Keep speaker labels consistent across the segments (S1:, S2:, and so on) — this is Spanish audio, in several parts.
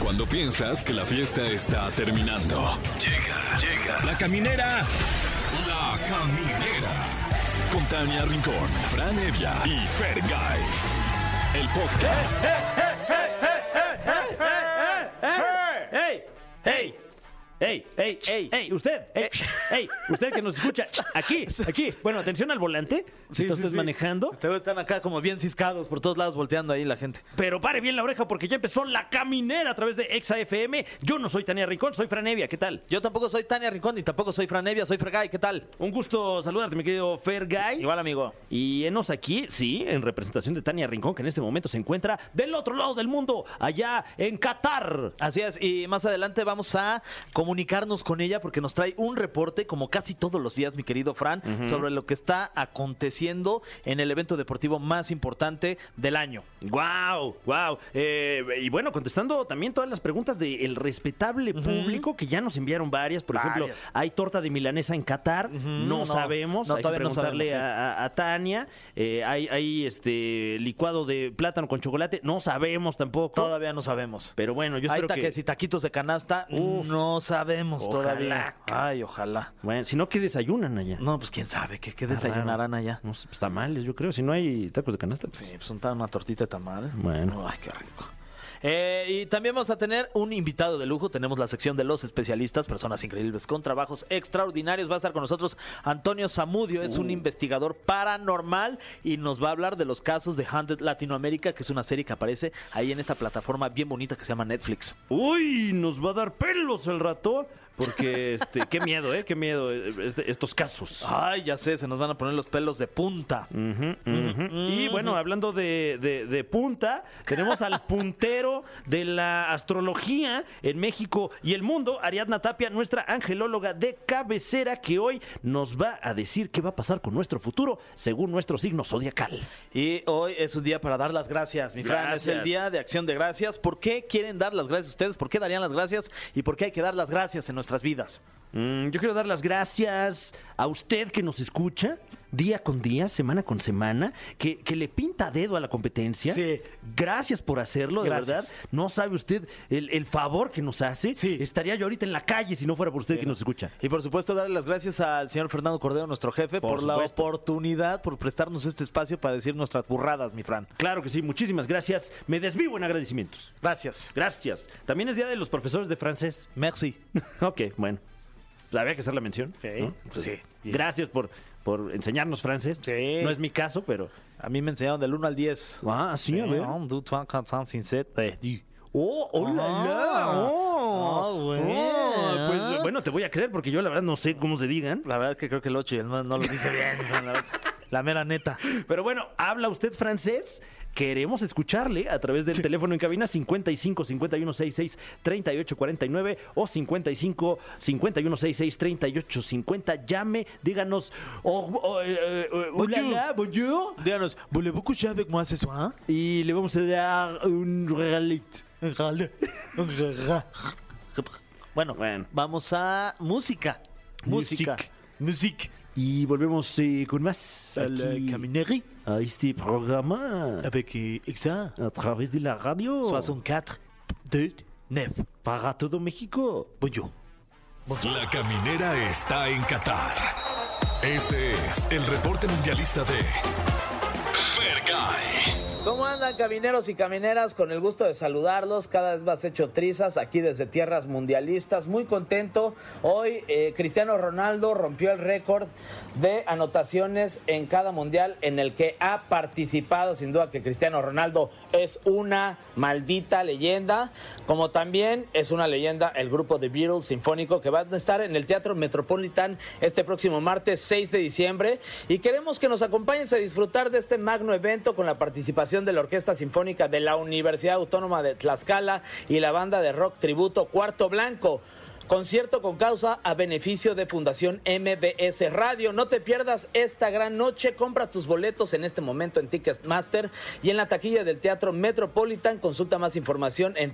S1: Cuando piensas que la fiesta está terminando. Llega, llega. La caminera. La caminera. Con Tania Rincón, Fran Evia y Fer El podcast.
S2: ¡Ey! ¡Ey! ¡Ey! ¡Ey! ¡Ey! ¡Ey! ¡Usted!
S3: eh,
S2: ¡Ey! ¡Ey! ¡Usted que nos escucha! Aquí, aquí. Bueno, atención al volante. Si está usted manejando.
S3: Te- Están acá como bien ciscados por todos lados volteando ahí la gente.
S2: Pero pare bien la oreja porque ya empezó la caminera a través de Exa FM. Yo no soy Tania Rincón, soy Franevia. ¿Qué tal?
S3: Yo tampoco soy Tania Rincón ni tampoco soy Fran Evia, soy Fregay, ¿qué tal?
S2: Un gusto saludarte, mi querido Fer Guy.
S3: Igual amigo.
S2: Y enos aquí, sí, en representación de Tania Rincón, que en este momento se encuentra del otro lado del mundo, allá en Qatar.
S3: Así es, y más adelante vamos a comunicarnos con ella porque nos trae un reporte, como casi todos los días, mi querido Fran, sobre lo que está aconteciendo en el evento deportivo más importante del año.
S2: Wow, wow. Eh, y bueno, contestando también todas las preguntas del respetable público que ya nos enviaron varias. Por ejemplo,
S3: Varias.
S2: hay torta de milanesa en Qatar. no,
S3: no,
S2: sabemos.
S3: no,
S2: hay que
S3: todavía no
S2: preguntarle
S3: sabemos,
S2: a, a- a Tania. Eh, hay, hay este licuado de plátano con chocolate. No sabemos tampoco.
S3: Todavía no sabemos.
S2: Pero bueno, yo
S3: Hay
S2: espero
S3: taques
S2: que.
S3: y taquitos de canasta,
S2: Uf.
S3: no sabemos
S2: Ojalá.
S3: todavía. Ay, ojalá.
S2: Bueno, si no, ¿qué desayunan allá?
S3: No, pues quién sabe, ¿qué, qué
S2: Está raro.
S3: desayunarán allá?
S2: No sé, pues tamales, yo creo. Si no hay tacos de canasta, pues.
S3: Sí, pues un ta- una tortita de tamal.
S2: Bueno.
S3: Ay, qué rico. Eh, y también vamos a tener un invitado de lujo. Tenemos la sección de los especialistas, personas increíbles con trabajos extraordinarios. Va a estar con nosotros Antonio Zamudio, es un investigador paranormal y nos va a hablar de los casos de Haunted Latinoamérica, que es una serie que aparece ahí en esta plataforma bien bonita que se llama Netflix.
S2: Uy, nos va a dar pelos el ratón. Porque, este, qué miedo, ¿eh? Qué miedo eh, este- estos casos.
S3: Ay, ya sé, se nos van a poner los pelos de punta.
S2: Ujú, ujú. Y bueno, hablando de, de- de punta, tenemos al puntero de la astrología en México y el mundo, Ariadna Tapia, nuestra angelóloga de cabecera, que hoy nos va a decir qué va a pasar con nuestro futuro según nuestro signo zodiacal.
S3: Y hoy es un día para dar las gracias, mi Fran. Es
S2: Gracias.
S3: el día de acción de gracias. ¿Por qué quieren dar las gracias ustedes? ¿Por qué darían las gracias? ¿Y por qué hay que dar las gracias en nuestras vidas?
S2: Mm, yo quiero dar las gracias a usted que nos escucha día con día, semana con semana, que, que le pinta dedo a la competencia.
S3: Sí.
S2: Gracias por hacerlo, de verdad.
S3: Gracias.
S2: No sabe usted el, el favor que nos hace.
S3: Sí.
S2: Estaría yo ahorita en la calle si no fuera por usted que nos escucha.
S3: Y por supuesto, darle las gracias al señor Fernando Cordero, nuestro jefe,
S2: Por
S3: por, la
S2: supuesto.
S3: oportunidad, por prestarnos este espacio para decir nuestras burradas, mi Fran.
S2: Claro que sí, muchísimas gracias. Me desvivo en agradecimientos.
S3: Gracias.
S2: Gracias. También es día de los profesores de francés.
S3: Merci.
S2: ok, bueno. Pues había que hacer la mención.
S3: Sí,
S2: ¿no?
S3: pues sí.
S2: Gracias por, por enseñarnos francés.
S3: Sí.
S2: No es mi caso, pero.
S3: A mí me enseñaron del 1 al 10.
S2: Ah, sí, a ver.
S3: Un, dos, tres, cuatro, cinco, seis, siete, diez.
S2: Oh, oh, la,
S3: Ah.
S2: la, oh.
S3: Ah, güey.
S2: Oh, pues, bueno, te voy a creer porque yo la verdad no sé cómo se digan.
S3: La verdad que creo que el 8 y el 9 no lo dije bien. la verdad. La mera neta.
S2: Pero bueno, ¿habla usted francés? Queremos escucharle a través del teléfono en cabina 55 51 66 38 49 o 55 51 66 38 50. Llame, díganos. Oh, oh, eh, eh, eh, hola, bonjour.
S3: Díganos, ¿voulez-vous coucher avec moi ce soir?
S2: Y le vamos a dar un regalito.
S3: Bueno,
S2: Bueno.
S3: vamos a música. Música. Música.
S2: Y volvemos eh, con más
S3: A la
S2: aquí
S3: caminerie
S2: a este programa.
S3: eh, avec euh, Exa.
S2: a través de la radio
S3: 64, 2, 9.
S2: para todo México.
S3: Bonjour.
S1: La caminera está en Qatar. Este es el reporte mundialista de Fer
S4: ¿Cómo andan camineros y camineras? Con el gusto de saludarlos, cada vez más hecho trizas aquí desde tierras mundialistas, muy contento. Hoy eh, Cristiano Ronaldo rompió el récord de anotaciones en cada mundial en el que ha participado, sin duda que Cristiano Ronaldo es una maldita leyenda, como también es una leyenda el grupo de Beatles Sinfónico que va a estar en el Teatro Metropolitan este próximo martes 6 de diciembre y queremos que nos acompañen a disfrutar de este magno evento con la participación de la Orquesta Sinfónica de la Universidad Autónoma de Tlaxcala y la banda de rock tributo Cuarto Blanco. Concierto con causa a beneficio de Fundación MBS Radio. No te pierdas esta gran noche. Compra tus boletos en este momento en Ticketmaster y en la taquilla del Teatro Metropolitan. Consulta más información en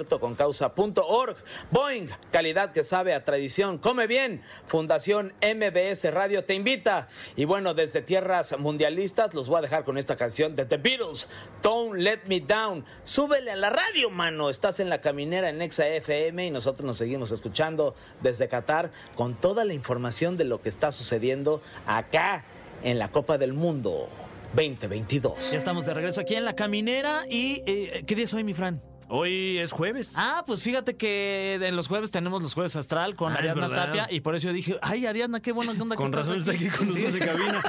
S4: www.conciertoconcausa.org. Boeing, calidad que sabe a tradición. Come bien. Fundación MBS Radio te invita. Y bueno, desde tierras mundialistas los voy a dejar con esta canción de The Beatles. Don't Let Me Down. Súbele a la radio, mano. Estás en la caminera en Exa FM y nosotros nos seguimos escuchando desde Qatar con toda la información de lo que está sucediendo acá en la Copa del Mundo 2022.
S5: Ya estamos de regreso aquí en la caminera y eh, ¿qué día es hoy, mi Fran?
S2: Hoy es jueves.
S5: Ah, pues fíjate que en los jueves tenemos los jueves astral con
S2: Ah, es
S5: Ariadna
S2: verdad.
S5: Tapia y por eso yo dije, ay Ariadna, qué buena onda que
S2: Con
S5: estás
S2: razón está
S5: aquí".
S2: aquí con nosotros en cabina.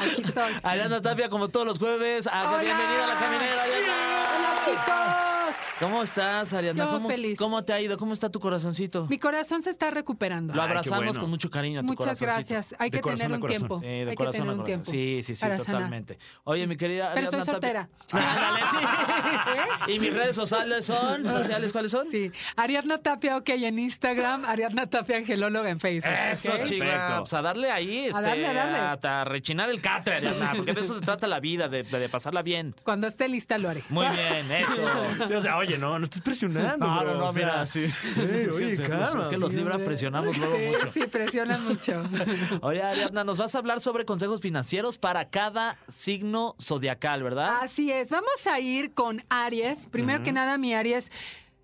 S6: Aquí estoy.
S5: Ariadna Tapia, como todos los jueves, ah,
S6: Hola.
S5: bienvenida a la caminera, Ariadna.
S6: Hola chicos.
S5: ¿Cómo estás, Ariadna?
S6: Yo
S5: ¿Cómo,
S6: feliz.
S5: ¿Cómo te ha ido? ¿Cómo está tu corazoncito?
S6: Mi corazón se está recuperando.
S5: Lo
S2: Ay, qué
S5: abrazamos
S2: bueno.
S5: con mucho cariño. a tu
S6: Muchas
S5: corazoncito.
S6: gracias. Hay
S2: De
S6: que
S2: corazón
S6: tener
S2: a
S6: un
S2: corazón.
S6: tiempo.
S5: Sí, de
S6: Hay que
S5: corazón
S6: tener
S5: a
S6: un
S5: corazón.
S6: tiempo.
S5: Sí, sí, sí,
S6: para sanar.
S5: totalmente. Oye, mi querida.
S6: Pero estoy
S5: Ariadna Tapia-
S6: soltera.
S5: Ándale, sí.
S6: ¿Eh?
S5: ¿Y mis redes sociales son? ¿Sociales cuáles son?
S6: Sí, Ariadna Tapia, ok, en Instagram, Ariadna Tapia Angelóloga en Facebook.
S5: Eso,
S6: ¿ok?
S5: chica.
S2: Perfecto.
S5: Pues a darle ahí, este,
S6: darle, a darle.
S5: hasta rechinar el catre, Ariadna, porque de eso se trata la vida, de, de- de pasarla bien.
S6: Cuando esté lista lo haré.
S5: Muy bien, eso.
S2: Sí, o sea, oye, no, no estés presionando.
S5: No, no,
S2: bro,
S5: no,
S2: o sea,
S5: mira, sí. es, que,
S2: oye,
S5: es que
S2: calma,
S5: los
S2: sí,
S5: libras
S2: hombre.
S5: presionamos luego
S6: Sí,
S5: mucho.
S6: sí, presiona mucho.
S5: Oye, Ariadna, nos vas a hablar sobre consejos financieros para cada signo zodiacal, ¿verdad?
S6: Así es, vamos a ir con Aries. Primero que nada, mi Aries.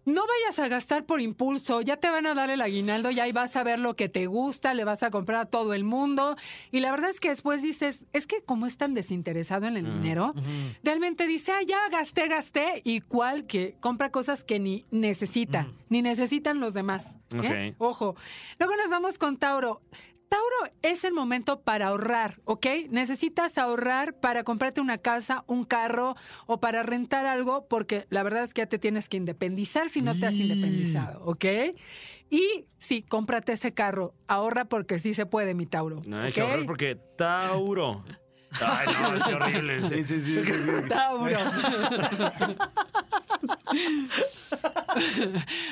S6: No vayas a gastar por impulso, ya te van a dar el aguinaldo y ahí vas a ver lo que te gusta, le vas a comprar a todo el mundo. Y la verdad es que después dices, es que como es tan desinteresado en el dinero, realmente dice, ah, ya gasté, gasté, y cual que compra cosas que ni necesita, ni necesitan los demás. ¿eh? Ojo. Luego nos vamos con Tauro. Tauro es el momento para ahorrar, ¿ok? Necesitas ahorrar para comprarte una casa, un carro o para rentar algo, porque la verdad es que ya te tienes que independizar si no te has
S5: Mm.
S6: independizado, ¿ok? Y sí, cómprate ese carro, ahorra porque sí se puede, mi Tauro.
S2: No, hay que
S6: ¿ok?
S2: ahorrar porque Tauro. Ay, no, qué horrible. Sí, sí, sí.
S6: Tauro.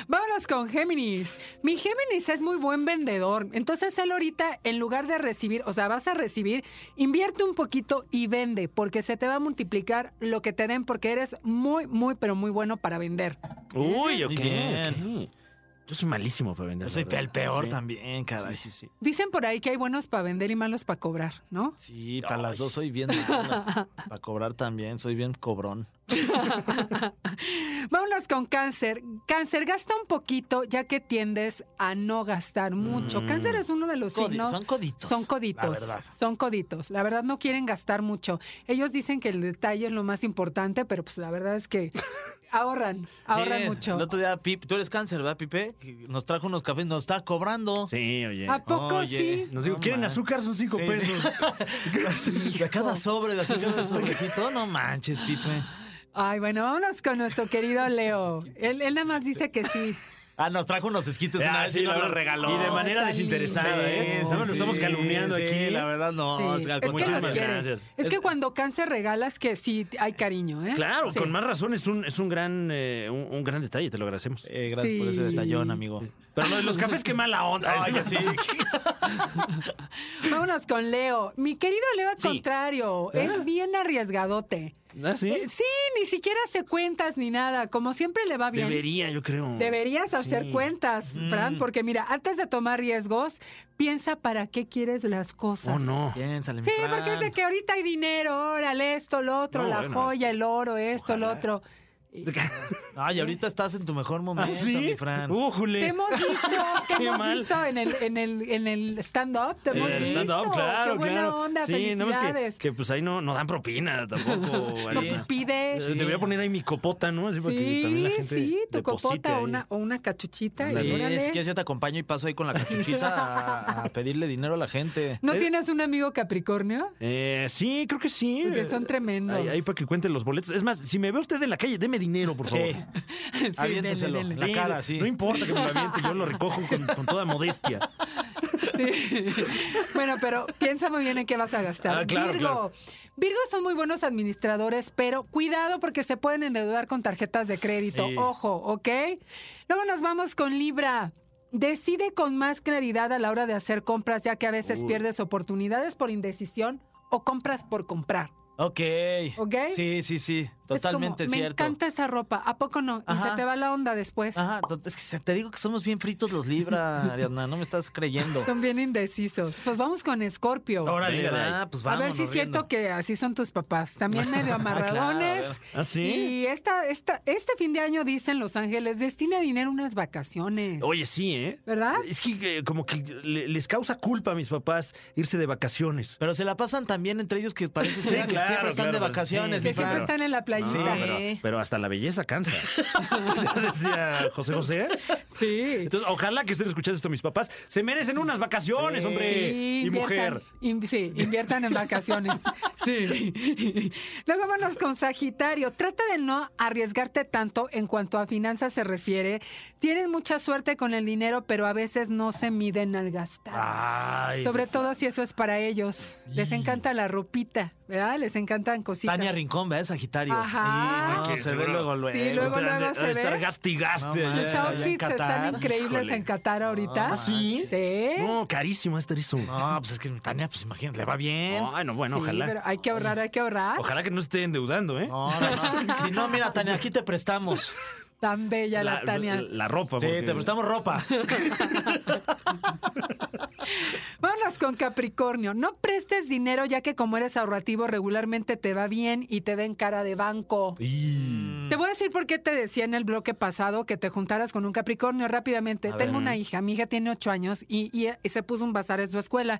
S6: Vámonos con Géminis. Mi Géminis es muy buen vendedor. Entonces él ahorita, en lugar de recibir, o sea, vas a recibir, invierte un poquito y vende, porque se te va a multiplicar lo que te den, porque eres muy, muy, pero muy bueno para vender.
S2: Uy, ok.
S5: Muy bien.
S2: ok. Yo soy malísimo para vender.
S5: Yo soy
S2: la
S5: el
S2: verdad.
S5: peor
S2: Sí.
S5: también, caray.
S2: Sí, sí, sí.
S6: Dicen por ahí que hay buenos para vender y malos para cobrar, ¿no?
S5: Sí, para las dos soy bien mala. Para cobrar también, soy bien cobrón.
S6: Vámonos con cáncer. Cáncer gasta un poquito ya que tiendes a no gastar mucho. Cáncer es uno de los
S5: Codi-
S6: signos.
S5: son coditos.
S6: Son coditos.
S5: La verdad.
S6: Son coditos. La verdad no quieren gastar mucho. Ellos dicen que el detalle es lo más importante, pero pues la verdad es que ahorran, ahorran
S5: Sí,
S6: mucho.
S5: El otro día, Pip, tú eres cáncer, ¿verdad, Pipe? Que Nos trajo unos cafés, nos está cobrando.
S2: Sí, oye.
S6: ¿A poco
S5: Oye.
S6: sí?
S2: Nos digo,
S5: Ah, No,
S2: ¿quieren
S5: man.
S2: azúcar? Son cinco
S5: Sí, sí.
S2: pesos.
S5: De cada sobre, de así cada sobrecito, no manches, Pipe.
S6: Ay, bueno, vámonos con nuestro querido Leo. Él, él nada más dice que sí.
S5: Ah, nos trajo unos esquites
S2: Ah,
S5: una vez
S2: sí,
S5: y nos
S2: la
S5: los
S2: verdad.
S5: regaló.
S2: Y de manera
S6: Está
S2: desinteresada,
S6: lindo.
S2: ¿eh?
S6: Sí,
S2: no nos estamos calumniando
S5: sí,
S2: aquí.
S5: La verdad, no.
S6: Sí.
S5: es que al
S6: Es
S5: contrario.
S6: que los
S2: muchísimas
S6: quieren.
S2: gracias.
S6: Es que cuando cáncer regalas que sí hay cariño, ¿eh?
S2: Claro,
S6: Sí.
S2: con más razón es un, es un, gran, eh, un, un gran detalle, te lo agradecemos.
S5: Eh, gracias por ese
S6: Sí.
S5: detallón, amigo.
S2: Pero lo de Pues los cafés, qué mala onda.
S5: Oye, sí.
S6: Vámonos con Leo. Mi querido Leo, al
S2: Sí. ¿Eh?
S6: contrario, es bien arriesgadote.
S2: ¿Ah, sí?
S6: Eh, Sí, ni siquiera hace cuentas ni nada. Como siempre le va bien.
S2: Debería, yo creo.
S6: Deberías hacer
S2: Sí. Mm.
S6: cuentas, Fran, porque mira, antes de tomar riesgos, piensa para qué quieres las cosas.
S2: Oh, no.
S5: Piénsale, mi
S6: Sí, porque es de
S5: Fran.
S6: que ahorita hay dinero, órale, esto, lo otro,
S2: No,
S6: la
S2: bueno, este,
S6: joya, el oro, esto, lo
S2: ojalá.
S6: otro. Eh, Y-
S5: Ay, ahorita estás en tu
S6: ¿Ah,
S5: mejor
S2: Ah,
S5: momento, mi Fran.
S2: Uh,
S6: Te
S2: ¡Újule!
S6: hemos visto, te
S2: Qué
S6: hemos
S2: mal.
S6: visto en el, en el, en el stand-up, te
S2: Sí,
S6: hemos
S2: el
S6: visto.
S2: stand-up, claro,
S6: qué buena
S2: claro.
S6: onda,
S2: sí, nada más que,
S6: felicidades.
S2: que pues ahí no, no dan propina tampoco.
S6: No,
S2: Ariana.
S6: pues pide.
S2: Eh, Debería poner ahí mi copota, ¿no? Así para que también la
S6: Sí,
S2: gente
S6: sí, tu
S2: deposite
S6: copota
S2: ahí.
S6: o una, o una cachuchita.
S5: Sí,
S6: y órale.
S5: si quieres yo te acompaño y paso ahí con la cachuchita a, a pedirle dinero a la gente.
S6: ¿No tienes un amigo Capricornio?
S2: Eh, sí, creo que sí.
S6: Porque son tremendos.
S2: Ahí, ahí para que cuenten los boletos. Es más, si me ve usted en la calle, deme dinero, por favor.
S5: Sí, aviénteselo.
S6: dele,
S5: La cara, sí.
S2: No importa que me lo aviente, yo lo recojo con, con toda modestia.
S6: Sí. Bueno, pero piensa muy bien en qué vas a gastar.
S5: Ah, claro,
S6: Virgo.
S5: claro.
S6: Virgo son muy buenos administradores, pero cuidado porque se pueden endeudar con tarjetas de crédito.
S5: Sí.
S6: Ojo, ¿ok? Luego nos vamos con Libra. Decide con más claridad a la hora de hacer compras, ya que a veces pierdes oportunidades por indecisión o compras por comprar.
S5: Ok.
S6: ¿Ok?
S5: Sí, sí, sí.
S6: Es como,
S5: Totalmente
S6: me
S5: cierto.
S6: encanta esa ropa, ¿a poco no? Y
S5: Ajá.
S6: se te va la onda después.
S5: Ajá, to- es que se- te digo que somos bien fritos los Libra, Ariadna. No me estás creyendo.
S6: Son bien indecisos. Pues vamos con Escorpio.
S5: Órale,
S2: Venga de ahí.
S5: va, pues
S6: A
S5: vamos. Ah,
S6: ver si es cierto que así son tus papás. También medio amarradones.
S2: ¿Ah, sí?
S6: Y esta, esta, este fin de año, dicen Los Ángeles, destina dinero a unas vacaciones.
S2: Oye, sí, ¿eh?
S6: ¿Verdad?
S2: Es que eh, como que le- les causa culpa a mis papás irse de vacaciones.
S5: Pero se la pasan también entre ellos que parece ser que
S2: claro,
S5: siempre están de
S2: claro, pues,
S5: vacaciones.
S2: sí,
S6: que
S5: mi
S6: siempre
S5: Fran.
S6: están en la playita.
S5: Sí.
S2: Pero, pero hasta la belleza cansa. Ya decía José José.
S6: Sí.
S2: Entonces, ojalá que estén escuchando esto mis papás. Se merecen unas vacaciones, hombre.
S6: Sí,
S2: y
S6: inviertan-
S2: mujer.
S6: in- sí, inviertan en vacaciones. Sí. Luego vámonos con Sagitario. Trata de no arriesgarte tanto en cuanto a finanzas se refiere. Tienen mucha suerte con el dinero, pero a veces no se miden al gastar.
S2: Ay.
S6: Sobre todo si eso es para ellos. Les encanta la ropita, ¿verdad? Les encantan cositas.
S5: Tania Rincón, ¿verdad? Sagitario.
S6: Ajá.
S5: Sí, no,
S2: Que
S5: se ve
S2: seguro-
S5: luego, luego.
S6: Sí, luego,
S2: Han de-
S6: luego
S2: han
S6: se
S2: de estar
S6: ve.
S2: gaste y gaste allá.
S5: No manches.
S6: Sus
S5: allá en
S6: outfits están
S5: Qatar.
S6: increíbles
S2: Híjole.
S6: en Qatar ahorita.
S5: ¿Ah, sí?
S6: Sí.
S2: No, carísimo va a estar eso.
S5: No, pues es que Tania, pues imagínate, le va bien.
S2: Ay, no, bueno,
S6: Sí,
S2: ojalá.
S6: pero hay que ahorrar, hay que ahorrar.
S2: Ojalá que no esté endeudando, ¿eh?
S5: No, no, no. Si no, mira, Tania, aquí te prestamos.
S6: Tan bella la, Tania.
S2: la- la ropa.
S5: Sí,
S2: porque-
S5: te prestamos ropa.
S6: Vámonos con Capricornio. No prestes dinero ya que como eres ahorrativo regularmente te va bien y te ven cara de banco.
S2: Y-
S6: Te voy a decir por qué te decía en el bloque pasado que te juntaras con un Capricornio rápidamente.
S5: A
S6: Tengo
S5: ver.
S6: una hija, mi hija tiene ocho años y, y- y se puso un bazar en su escuela.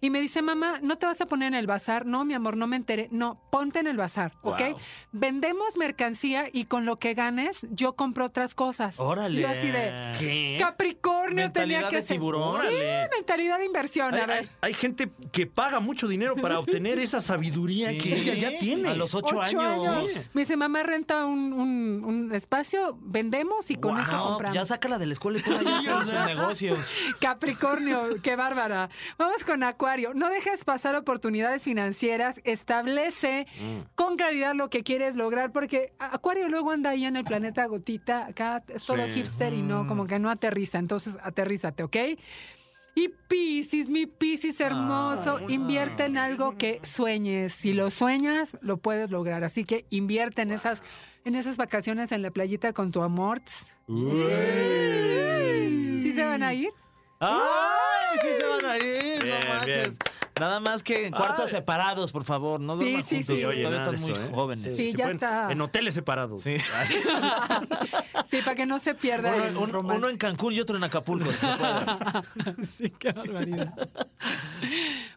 S6: Y me dice, mamá, ¿no te vas a poner en el bazar? No, mi amor, no me enteré. No, ponte en el bazar, ¿ok?
S5: Wow.
S6: Vendemos mercancía y con lo que ganes yo compro otras cosas.
S5: Órale.
S6: Y yo así de...
S2: ¿Qué?
S6: Capricornio
S5: ¿Eh?
S6: tenía
S5: Mentalidad
S6: que
S5: de
S6: ser-
S5: tiburón.
S6: Sí,
S2: Órale.
S6: mentalidad de inversión.
S2: Hay,
S6: a ver.
S2: hay- hay gente que paga mucho dinero para obtener esa sabiduría
S5: Sí.
S2: que ella ya tiene.
S5: A los ocho,
S6: Ocho
S5: años.
S6: Me dice, mamá renta un, un- un espacio, vendemos y con
S5: Guau,
S6: eso compramos.
S5: Ya sácala de la escuela y ponla ya a hacer sus negocios.
S6: Capricornio, qué bárbara. Vamos con Acuario. No dejes pasar oportunidades financieras. Establece con claridad lo que quieres lograr, porque Acuario luego anda ahí en el planeta gotita, acá es todo
S2: Sí.
S6: hipster y no, como que no aterriza. Entonces, aterrízate, ¿ok? Y Piscis, mi Piscis hermoso, invierte en algo que sueñes. Si lo sueñas, lo puedes lograr. Así que invierte en esas, en esas vacaciones en la playita con tu amor. ¿Sí se van a ir?
S5: ¡Ay! Sí se van a ir,
S2: Bien,
S5: no manches.
S2: bien.
S5: Nada más que en cuartos separados, por favor. No
S6: Sí,
S5: duerman
S6: sí,
S5: juntos.
S6: sí.
S5: Todavía
S2: Oye, nada
S5: están
S2: de
S5: muy
S2: eso, ¿eh?
S5: jóvenes.
S6: Sí, ya
S2: pueden-
S6: está.
S2: En hoteles separados.
S5: Sí.
S6: Sí, para que no se pierda el
S5: Uno, uno-
S6: romance.
S5: uno en Cancún y otro en Acapulco, si se puede.
S6: Sí, qué barbaridad.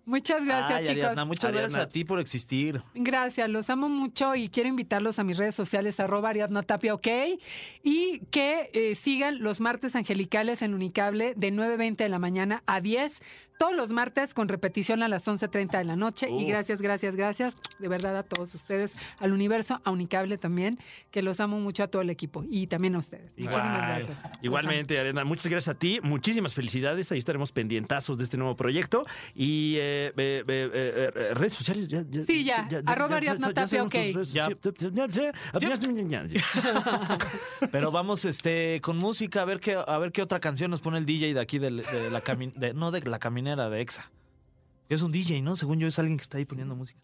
S6: Muchas gracias,
S5: Ay,
S6: chicos.
S5: Ariadna, muchas gracias
S2: Ariadna.
S5: a ti por existir.
S6: Gracias, los amo mucho y quiero invitarlos a mis redes sociales, arroba Ariadna Tapia, ok. Y que eh, sigan los martes angelicales en Unicable de 9.20 de la mañana a 10, todos los martes con repetición a las 11.30 de la noche. Y
S2: Uf.
S6: gracias, gracias, gracias de verdad a todos ustedes, al universo, a Unicable también, que los amo mucho a todo el equipo y también a ustedes. Muchísimas
S2: Igual.
S6: gracias. Los amo.
S2: Igualmente, Arena, muchas gracias a ti, muchísimas felicidades, ahí estaremos pendientazos de este nuevo proyecto y eh, eh, eh, eh, eh, redes sociales. Ya, ya,
S6: Sí, ya, arroba Ariadna Tapia,
S2: sabemos
S6: ok.
S2: tus redes-
S5: Pero vamos este con música a ver qué a ver qué otra canción nos pone el DJ de aquí del- de, la cami- de- no de la caminera de Exa. Es un DJ, ¿no? Según yo es alguien que está ahí poniendo música.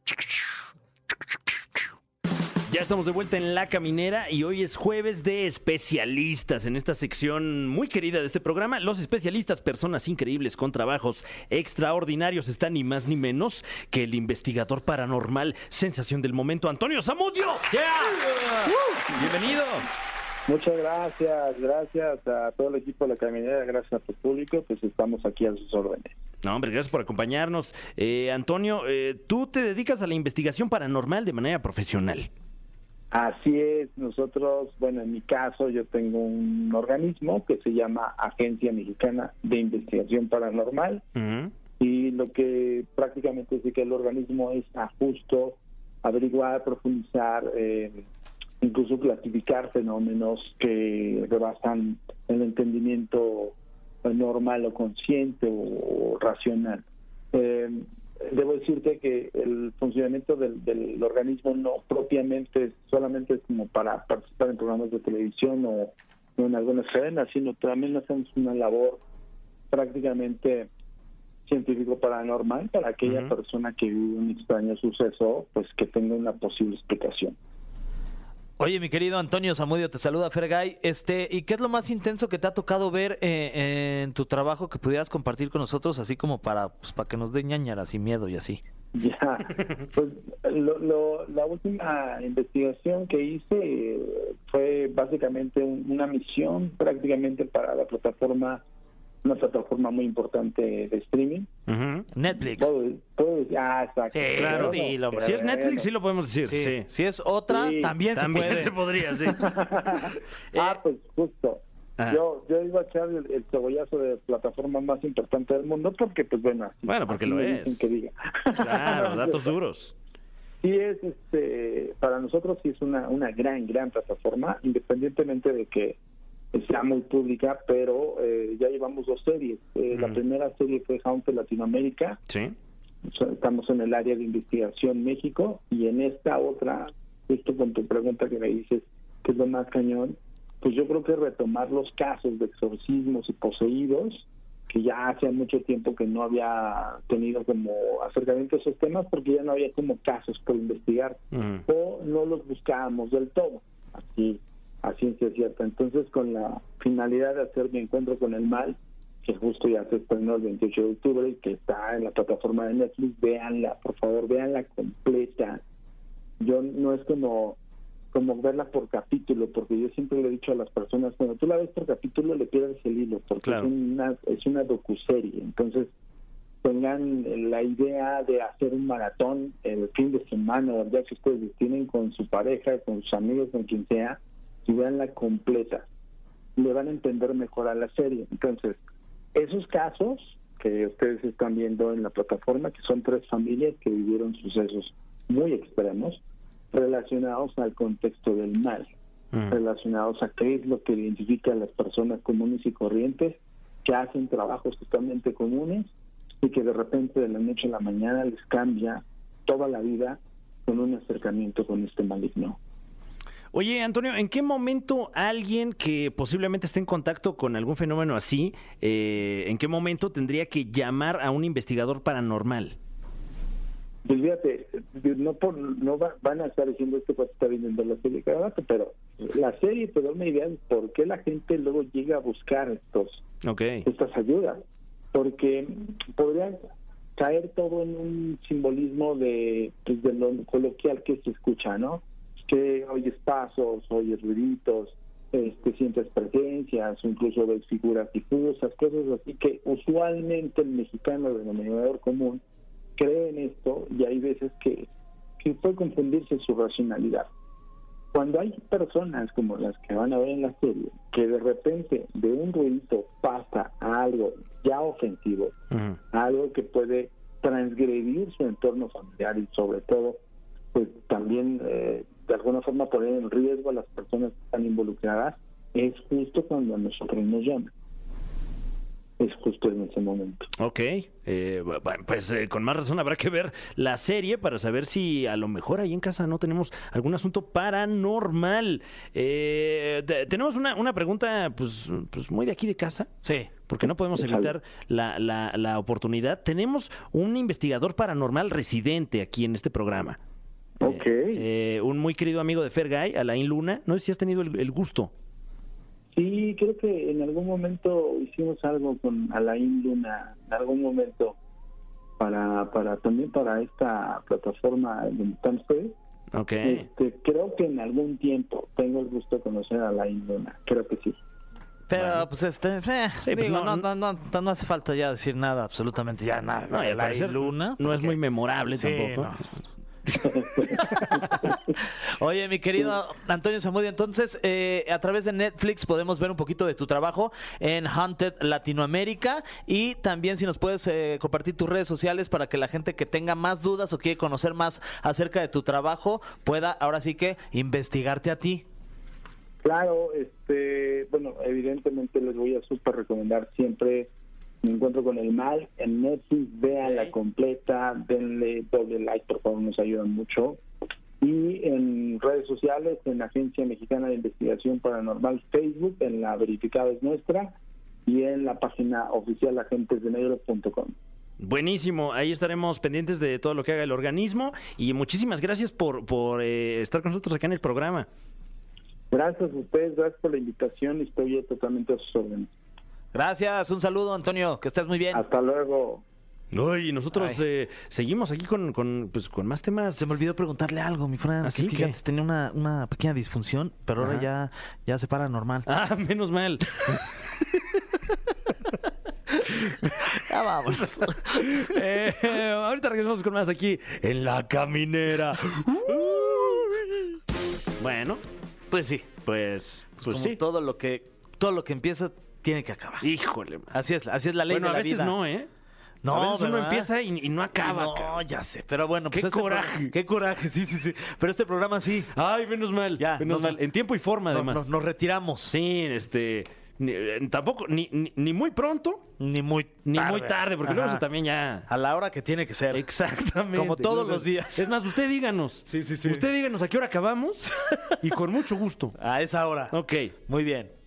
S2: Ya estamos de vuelta en La Caminera y hoy es jueves de especialistas en esta sección muy querida de este programa. Los especialistas, personas increíbles con trabajos extraordinarios, están ni más ni menos que el investigador paranormal, sensación del momento, Antonio Zamudio. ¡Yeah! ¡Uh! Bienvenido.
S7: Muchas gracias, gracias a todo el equipo de la caminera, gracias a tu público, pues estamos aquí a sus órdenes.
S2: No, hombre, gracias por acompañarnos. Eh, Antonio, eh, tú te dedicas a la investigación paranormal de manera profesional.
S7: Así es, nosotros, bueno, en mi caso yo tengo un organismo que se llama Agencia Mexicana de Investigación Paranormal
S2: Ujú.
S7: y lo que prácticamente sí que el organismo es a justo averiguar, profundizar, eh, incluso clasificar fenómenos que rebasan el entendimiento eh, normal o consciente o, o racional. Eh, debo decirte que el funcionamiento del, del organismo no propiamente es- solamente es como para participar en programas de televisión o en algunas cadenas, sino también hacemos una labor prácticamente científico paranormal para aquella persona que vive un extraño suceso, pues que tenga una posible explicación.
S3: Oye, mi querido Antonio Zamudio, te saluda Fergay. Este, ¿y qué es lo más intenso que te ha tocado ver eh, en tu trabajo que pudieras compartir con nosotros, así como para, pues, para que nos dé ñañaras y miedo y así?
S7: Ya, pues lo, lo- la última investigación que hice eh, fue básicamente un- una misión prácticamente para la plataforma, una plataforma muy importante de streaming.
S2: Ujú.
S3: Netflix.
S7: Puedo, puedo decir, ah, exacto.
S3: Sí,
S2: claro.
S3: dilo, hombre.
S2: Si es Netflix, sí
S7: Bueno.
S2: lo podemos decir.
S3: Sí.
S2: Sí.
S5: Si es otra,
S7: Sí.
S5: también, se
S2: También
S5: puede.
S2: se podría, sí. Eh, Ah.
S7: Ah, pues justo.
S2: Ajá.
S7: Yo, yo iba a echar el, el cebollazo de plataforma más importante del mundo porque, pues bueno, así-
S2: Bueno, porque
S7: así
S2: lo
S7: me
S2: es.
S7: dicen que diga.
S2: Claro, datos duros.
S7: sí es este para nosotros sí es una, una gran gran plataforma independientemente de que sea muy pública pero eh, ya llevamos dos series Eh, la
S2: Mm.
S7: primera serie fue Haunted Latinoamérica
S2: Sí.
S7: O sea, estamos en el área de investigación México y en esta otra justo con tu pregunta que me dices que es lo más cañón pues yo creo que retomar los casos de exorcismos y poseídos que ya hacía mucho tiempo que no había tenido como acercamiento a esos temas porque ya no había como casos por investigar
S2: Ujú.
S7: o no los buscábamos del todo, así a ciencia cierta. Entonces, con la finalidad de hacer mi encuentro con el mal, que justo ya se estrenó el 28 de octubre y que está en la plataforma de Netflix, véanla, por favor, véanla completa. Yo no es como como verla por capítulo, porque yo siempre le he dicho a las personas, cuando tú la ves por capítulo le pierdes el hilo, porque
S2: Claro.
S7: es una es una docuserie, entonces tengan la idea de hacer un maratón el fin de semana o el día que ustedes tienen con su pareja, con sus amigos, con quien sea, y veanla completa. Le van a entender mejor a la serie. Entonces, esos casos que ustedes están viendo en la plataforma, que son tres familias que vivieron sucesos muy extremos relacionados al contexto del mal, relacionados a qué es lo que identifica a las personas comunes y corrientes que hacen trabajos totalmente comunes y que de repente de la noche a la mañana les cambia toda la vida con un acercamiento con este maligno.
S2: Oye, Antonio, ¿en qué momento alguien que posiblemente esté en contacto con algún fenómeno así, eh, en qué momento tendría que llamar a un investigador paranormal?
S7: Pues fíjate, no, por, no va- van a estar diciendo este cuate está viendo la serie cada rato, pero la serie te da una idea de por qué la gente luego llega a buscar estos
S2: Ok.
S7: estas ayudas, porque podrían caer todo en un simbolismo de, pues, de lo coloquial que se escucha, ¿no? Que oyes pasos, oyes ruiditos, este, sientes presencias, o incluso ves figuras difusas, cosas así que usualmente el mexicano denominador común cree en esto y hay veces que, que puede confundirse su racionalidad cuando hay personas como las que van a ver en la serie, que de repente de un ruido pasa a algo ya ofensivo,
S2: Ujú.
S7: a algo que puede transgredir su entorno familiar y sobre todo, pues también eh, de alguna forma poner en riesgo a las personas que están involucradas, es justo cuando a nosotros nos llaman. Es justo en ese momento.
S2: Ok. Eh, bu- bu- pues eh, con más razón habrá que ver la serie para saber si a lo mejor ahí en casa no tenemos algún asunto paranormal. Eh, te- tenemos una, una pregunta pues, pues muy de aquí de casa.
S3: Sí.
S2: porque no podemos
S7: Échale.
S2: evitar la, la- la oportunidad. Tenemos un investigador paranormal residente aquí en este programa.
S7: Ok.
S2: Eh, un muy querido amigo de Fergay, Alain Luna. No sé si has tenido el, el gusto.
S7: Sí, creo que en algún momento hicimos algo con Alain Luna, en algún momento para para también para esta plataforma de ustedes.
S2: Ok.
S7: Este, creo que en algún tiempo tengo el gusto de conocer a Alain Luna, creo que sí.
S5: Pero, pues, este, eh,
S2: Sí, pues,
S5: digo,
S2: no-
S5: no, no, no- no hace falta ya decir nada, absolutamente ya nada.
S2: No, y al
S5: La
S2: parecer
S5: luna.
S2: no es
S5: porque-
S2: muy memorable
S5: Sí,
S2: tampoco.
S5: no. Oye, mi querido Antonio Zamudio, entonces, eh, a través de Netflix podemos ver un poquito de tu trabajo en Haunted Latinoamérica y también si nos puedes eh, compartir tus redes sociales para que la gente que tenga más dudas o quiere conocer más acerca de tu trabajo pueda ahora sí que investigarte a ti.
S7: Claro, este, bueno, evidentemente les voy a súper recomendar siempre Me Encuentro con el Mal en Netflix, véanla completa, denle doble like, por favor, nos ayudan mucho. Y en redes sociales, en Agencia Mexicana de Investigación Paranormal Facebook, en la verificada es nuestra, y en la página oficial agentesdenegro.com.
S2: Buenísimo, ahí estaremos pendientes de todo lo que haga el organismo y muchísimas gracias por, por eh, estar con nosotros acá en el programa.
S7: Gracias a ustedes, gracias por la invitación, estoy totalmente a sus órdenes.
S5: Gracias, un saludo, Antonio, que estés muy bien.
S7: Hasta luego.
S2: No, y nosotros eh, seguimos aquí con, con, pues, con más temas.
S5: Se me olvidó preguntarle algo, mi Fran.
S2: ¿Ah,
S5: que
S2: sí?
S5: es que
S2: ¿Qué?
S5: antes tenía una, una pequeña disfunción, pero ahora
S2: Ajá.
S5: ya, ya se para normal.
S2: Ah, menos mal.
S5: Ya vámonos.
S2: Eh, ahorita regresamos con más aquí en la caminera. bueno,
S5: pues sí,
S2: pues, pues
S5: como
S2: sí.
S5: todo lo que todo lo que empieza tiene que acabar.
S2: Híjole. man.
S5: Así es, así es la ley
S2: Bueno,
S5: de
S2: a
S5: la
S2: veces
S5: vida.
S2: no, ¿eh?
S5: No,
S2: a veces uno
S5: ¿verdad?
S2: empieza y, y no acaba.
S5: No,
S2: cabrón.
S5: ya sé, pero bueno, pues
S2: Qué
S5: este pro-
S2: coraje.
S5: qué coraje, sí, sí, sí. Pero este programa sí.
S2: Ay, menos mal.
S5: Ya,
S2: menos
S5: nos-
S2: mal. En tiempo y forma,
S5: no-
S2: además.
S5: no- nos retiramos.
S2: Sí, este. ni- eh, tampoco, ni, ni, ni muy pronto,
S5: Ni muy tarde.
S2: ni muy tarde, porque luego
S5: Ajá.
S2: eso también ya.
S5: a la hora que tiene que ser.
S2: Exactamente.
S5: Como todos los días.
S2: Es más, usted díganos.
S5: Sí, sí, sí.
S2: Usted díganos a qué hora acabamos y con mucho gusto.
S5: A esa hora.
S2: Ok.
S5: Muy bien.